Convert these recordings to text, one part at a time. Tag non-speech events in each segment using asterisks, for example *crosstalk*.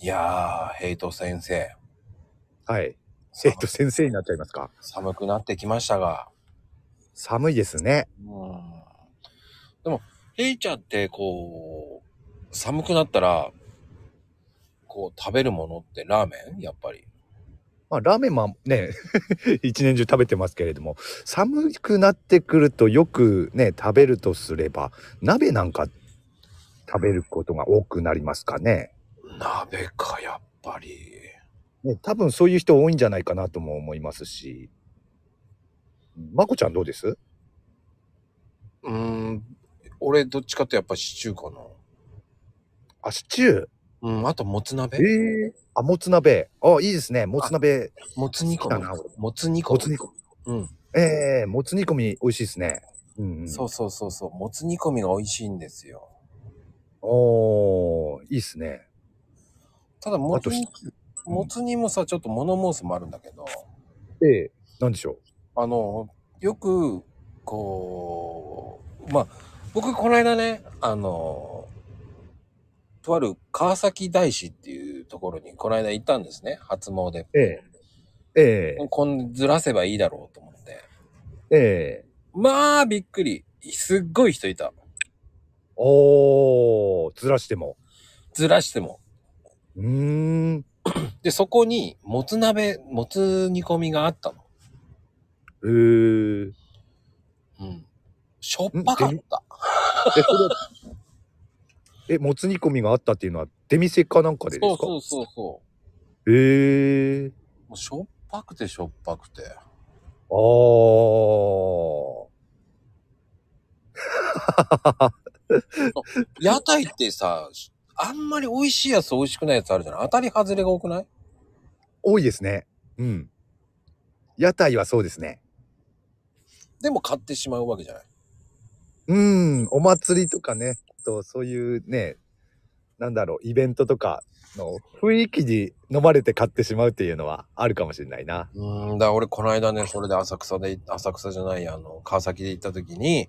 いやー、ヘイト先生。はい。え寒っと、先生になっちゃいますか。寒くなってきましたが。寒いですね。うん。でも、ヘイちゃんって、こう、寒くなったら、こう、食べるものってラーメンやっぱり。まあ、ラーメンはね、 *laughs* 一年中食べてますけれども、寒くなってくるとよくね、食べるとすれば、鍋なんか食べることが多くなりますかね。鍋か、やっぱり。ね多分そういう人多いんじゃないかなとも思いますし。まこちゃんどうですうん。俺、どっちかってやっぱシチューかあ、シチュー。な。うん。あと、もつえ鍋ー、あ、もつ鍋。あ、いいですね。もつ鍋。もつ煮込好きだな俺み。もつ煮込み。もつ煮込うん。み。ええもつ煮込み美味しいですね。うん、うん。そうそうそうそう。もつ煮込みが美味しいんですよ。おー、いいですね。ただもあつと煮し、もつ煮もさ、ちょっと物申すもあるんだけど、ええなんでしょう。あの、よく、こう、まあ、僕、この間ね、あの、とある川崎大師っていうところに、この間行ったんですね、初詣。ええ。えこんずらせばいいだろうと思って。え。ええ。まあ、びっくり。すっごい人いた。おー、ずらしても。ずらしても。うーん。で、そこに、もつ鍋、もつ煮込みがあったの。えー、うん。しょっぱかった。え、それ、え、もつ煮込みがあったっていうのは、出店かなんかででそすうかそうそうそう。ええー。もうしょっぱくてしょっぱくて。あー。屋台ってさ、あんまり美味しいやつ美味しくないやつあるじゃない当たり外れが多くない多いですね。うん。屋台はそうですね。でも買ってしまうわけじゃない。うん、お祭りとかね、あとそういうね、なんだろう、イベントとかの雰囲気に飲まれて買ってしまうっていうのはあるかもしれないな。うーん、だから俺この間ね、それで浅草で、浅草じゃないや、あの、川崎で行った時に、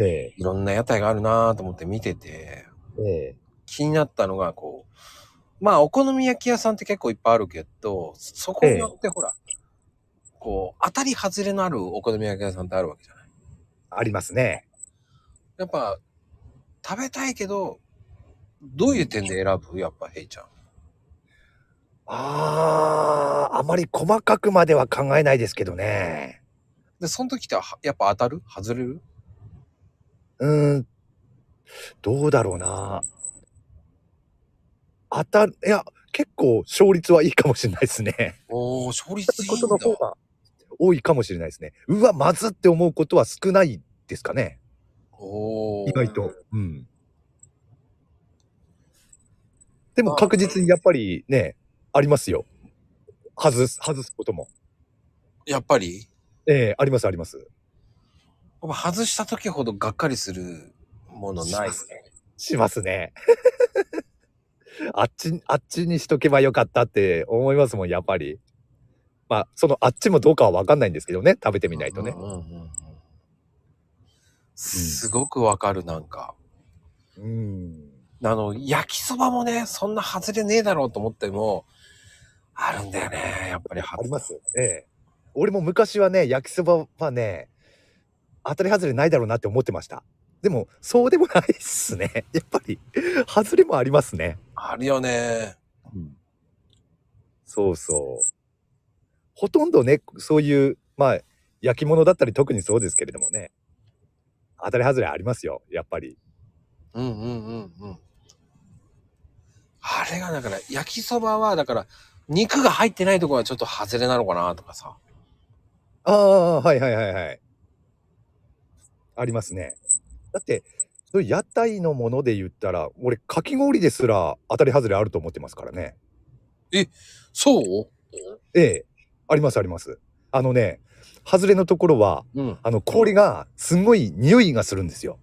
えいろんな屋台があるなぁと思って見てて、え、え気になったのがこう、まあお好み焼き屋さんって結構いっぱいあるけど、そこによってほら、こう、当たり外れのあるお好み焼き屋さんってあるわけじゃないありますね。やっぱ、食べたいけど、どういう点で選ぶやっぱ、ヘイちゃん。ああ、あまり細かくまでは考えないですけどね。で、その時っては、やっぱ当たる外れるうーん、どうだろうな。当たる、いや、結構勝率はいいかもしれないですね。おー、勝率いいこんとのだ。方が多いかもしれないですね。うわ、まずって思うことは少ないですかね。おー。意外と。。うん。でもあ確実にやっぱりね、ありますよ。外す、外すことも。やっぱりええありますあります。やっぱ外した時ほどがっかりするものないですね。しますね。 *laughs* あっち、あっちにしとけばよかったって思いますもん、やっぱり。まあ、そのあっちもどうかはわかんないんですけどね、食べてみないとねうん。うんうんうんすごくわかる、なんか。うん。あの、焼きそばもね、そんな外れねえだろうと思っても、あるんだよね、やっぱりあ外ります。ええ。俺も昔はね、焼きそばはね、当たり外れないだろうなって思ってました。でも、そうでもないっすね。 *laughs* やっぱり、外れもありますね。あるよね。そうそう。ほとんどね、そういう、まあ、焼き物だったり特にそうですけれどもね、当たり外れありますよ、やっぱり。うんうんうんうん。あれがだから、焼きそばはだから、肉が入ってないとこはちょっと外れなのかなとかさ。ああ、はいはいはいはい。ありますね。だって、そういう屋台のもので言ったら、俺、かき氷ですら当たり外れあると思ってますからね。そうええ、ありますあります。あのね、外れのところは、うん。あの氷がすんごい匂いがするんですよ。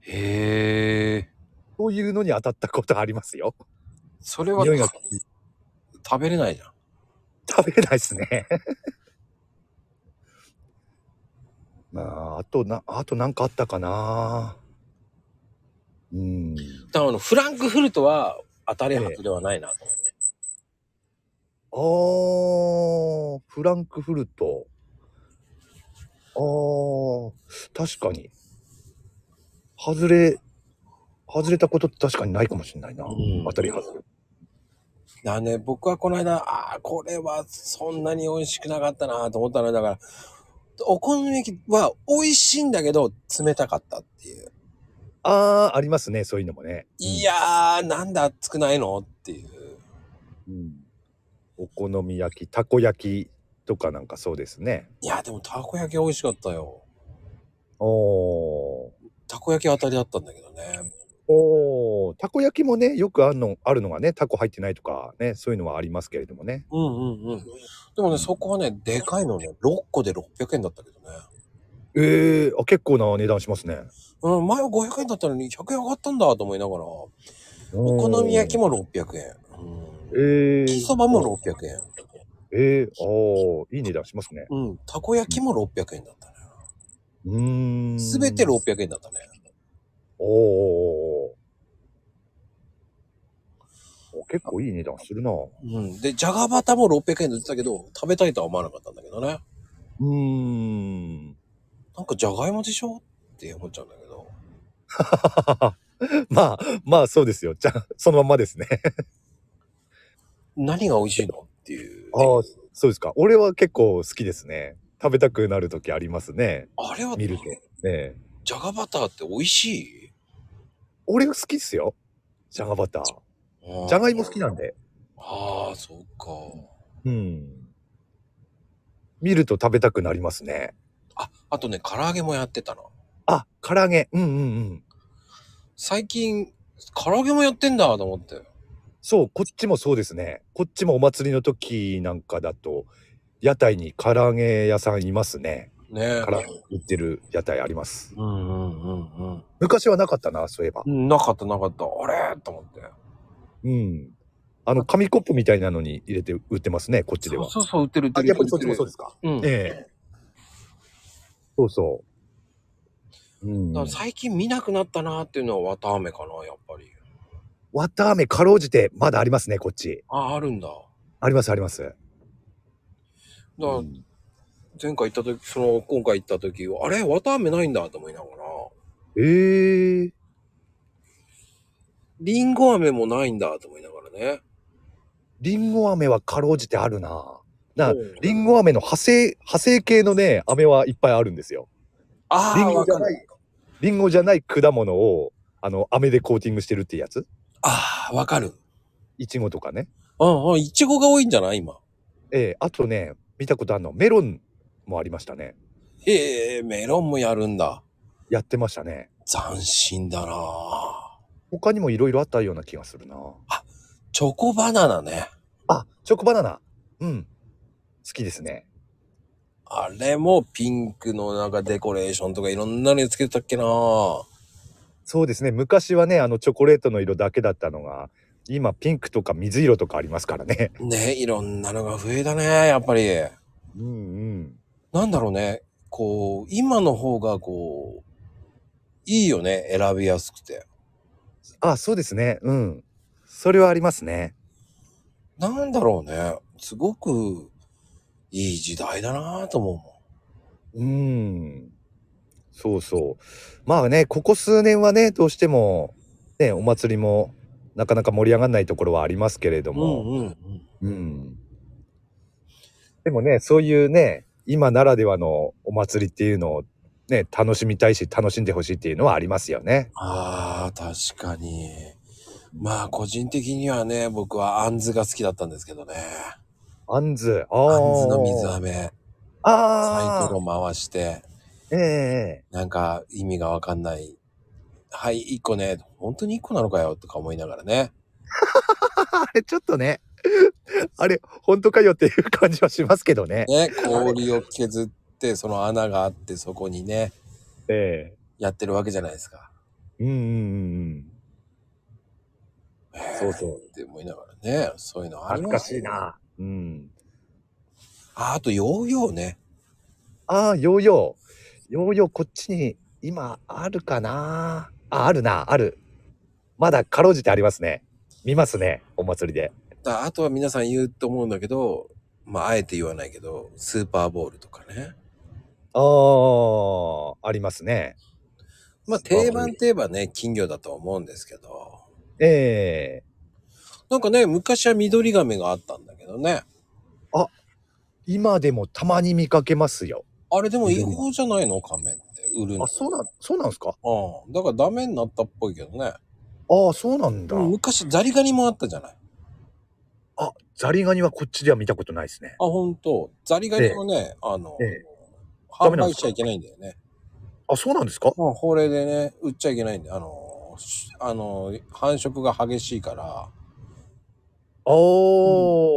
へえ。そういうのに当たったことありますよ。それは匂いが食べれないじゃん。食べれないっすね。 *laughs* まあ、あとな、あとなんかあったかな。うん。だからあの、フランクフルトは、当たり外れはないなと思って。あー、フランクフルト。あー、確かに。外れ、外れたことって確かにないかもしれないな。ん当たり外れ。だからね、僕はこの間、ああ、これはそんなに美味しくなかったなと思ったのだから、お好み焼きは美味しいんだけど、冷たかったっていう。あー、ありますね、そういうのもね。いやー、なんで熱くないのっていう。うん。お好み焼き、たこ焼きとかなんかそうですね。いや、でもたこ焼き美味しかったよ。おー。たこ焼き当たりだったんだけどね。おー、たこ焼きもね、よくあるの、あるのがね、たこ入ってないとかね、そういうのはありますけれどもね。うんうんうん。でもね、そこはね、でかいのね、6個で600円だったけどね。えー、あ、結構な値段しますね。うん、前は500円だったのに100円上がったんだと思いながら、おお好み焼きも。も600円。うん。えー。焼きそばも600円。ええおーいい値段しますね。うん、たこ焼きも600円だったね。うーん。すべて600円だったね。おーおーおーお結構いい値段するな。ううん。で、じゃがバタも600円で売ってたけど、食べたいとは思わなかったんだけどね。ーん。 *laughs* なんかじゃがいもでしょって思っちゃうんだけど。まあ、まあそうですよ。じゃあ、そのまんまですね。何が美味しいのっていう。ああ、そうですか。俺は結構好きですね。食べたくなる時ありますね。あれは、見ると。ねえ。じゃがバターって美味しい俺が好きですよ。じゃがバター。じゃがいも好きなんで。ああ、そうか。うん。見ると食べたくなりますね。あ、あとね、唐揚げもやってたな。あ、唐揚げ。うんうんうん。最近、唐揚げもやってんだと思って。そう、こっちもそうですね。こっちもお祭りの時なんかだと、屋台に唐揚げ屋さんいますね。ね唐揚げ売ってる屋台あります。うんうんうん昔はなかったな、そういえばう。ん。なかったなかった。あれと思って。うん。あの、紙コップみたいなのに入れて売ってますね、こっちでは。そうそう、売ってる売ってあ、る。やっぱりそっちもそうですか。うん。ええそうそう。うんだから。最近見なくなったなっていうのは綿あめかなやっぱりわたあめかろうじて、まだありますね、こっち。ああるんだだかあります、あります。らうん前回行った時その今回行った時あれ綿あめないんだと思いながらええりんご飴もないんだと思いながらねりんご飴はかろうじてあるな。だからうんりんご飴の派生、派生系のね、飴はいっぱいあるんですよ。ありあんごわじゃかなるい、りんごじゃない果物を、あの、飴でコーティングしてるってやつああわかるいちごとかね。うんうんいちごが多いんじゃない今ええあとね、見たことあるの、メロンもありましたね。へえメロンもやるんだやってましたね。斬新だな他にもいろいろあったような気がするな。チョコバナナねあ、チョコバナナ。うん。好きですね。あれもピンクのなんかデコレーションとかいろんなのにつけてたっけなそうですね。昔はね、あの、チョコレートの色だけだったのが、今、ピンクとか水色とかありますからね。ねいろんなのが増えたねやっぱりうんうん。なんだろうね。こう、今の方がこう、いいよね。選びやすくて。あ、そうですね。うん。それはありますね。なんだろうね。すごくいい時代だなぁと思うーん。そうそう。まあね、ここ数年はね、どうしても、ね、お祭りもなかなか盛り上がらないところはありますけれどうもん。うも、んうん。うんでもね、そういうね、今ならではのお祭りっていうのを、ね、楽しみたいし、楽しんでほしいっていうのはありますよね。ああ、確かに。まあ、個人的にはね、僕はあんずが好きだったんですけどね。あんず。あああ。んずの水飴、サイあコあ。ロ回して、ええなんか意味がわかんない。はい、一個ね。本当に一個なのかよ、とか思いながらね。 *laughs* あれ、ちょっとね、あれ、本当かよっていう感じはしますけどね。ね、氷を削って、その穴があって、そこにね、えやってるわけじゃないですか。えうんうんうんうん。そうそう。って思いながらね、そういうのあり恥ずまかすしい。な。うん。あ、あと、ヨーヨーね。ああ、ヨーヨー。ヨーヨー、こっちに今あるかな。あ、あるな、ある。まだかろうじてありますね。見ますね、お祭りで。だあとは皆さん言うと思うんだけど、まあ、あえて言わないけど、スーパーボールとかね。ああ、ありますね。まあ、スーパーボール定番といえばね、金魚だと思うんですけど。ええなんかね、昔は緑亀があったんだけどね。今でもたまに見かけますよ。あれでも違法じゃないの亀って売るの。あ、そうなん、そうなんですかうん。だからダメになったっぽいけどね。ああ、そうなんだ。昔ザリガニもあったじゃない。あ、あ、ザリガニはこっちでは見たことないですね。ほんと。ザリガニはね、あの、ええダ販メな売んですしかちゃいけないんだよね。あ、そうなんですかまあ、法令でね、売っちゃいけないんで、あの、しあの、繁殖が激しいから、ああ、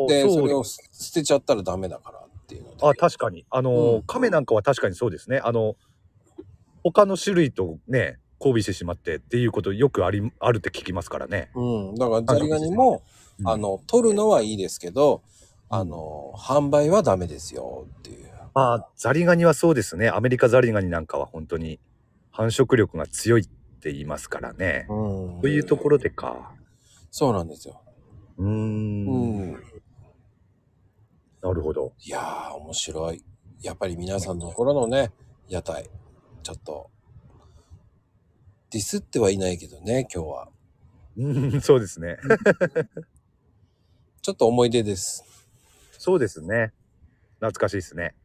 で、そそうれをす捨てちゃったらダメだからっていうので。あ、確かに。あのー、うん亀なんかは確かにそうですね。あの、他の種類とね、交尾してしまってっていうことよくあり、あるって聞きますからね。うん。だからザリガニも、うんあの、取るのはいいですけど、あの、販売はダメですよっていう。まあ、ザリガニはそうですね。アメリカザリガニなんかは本当に繁殖力が強いって言いますからね。うん。というところでか。そうなんですよ。うーん,、うん。なるほど。いやー、面白い。やっぱり皆さんのところのね、屋台、ちょっと、ディスってはいないけどね、今日は。うん、そうですね。ちょっと思い出です。そうですね。懐かしいですね。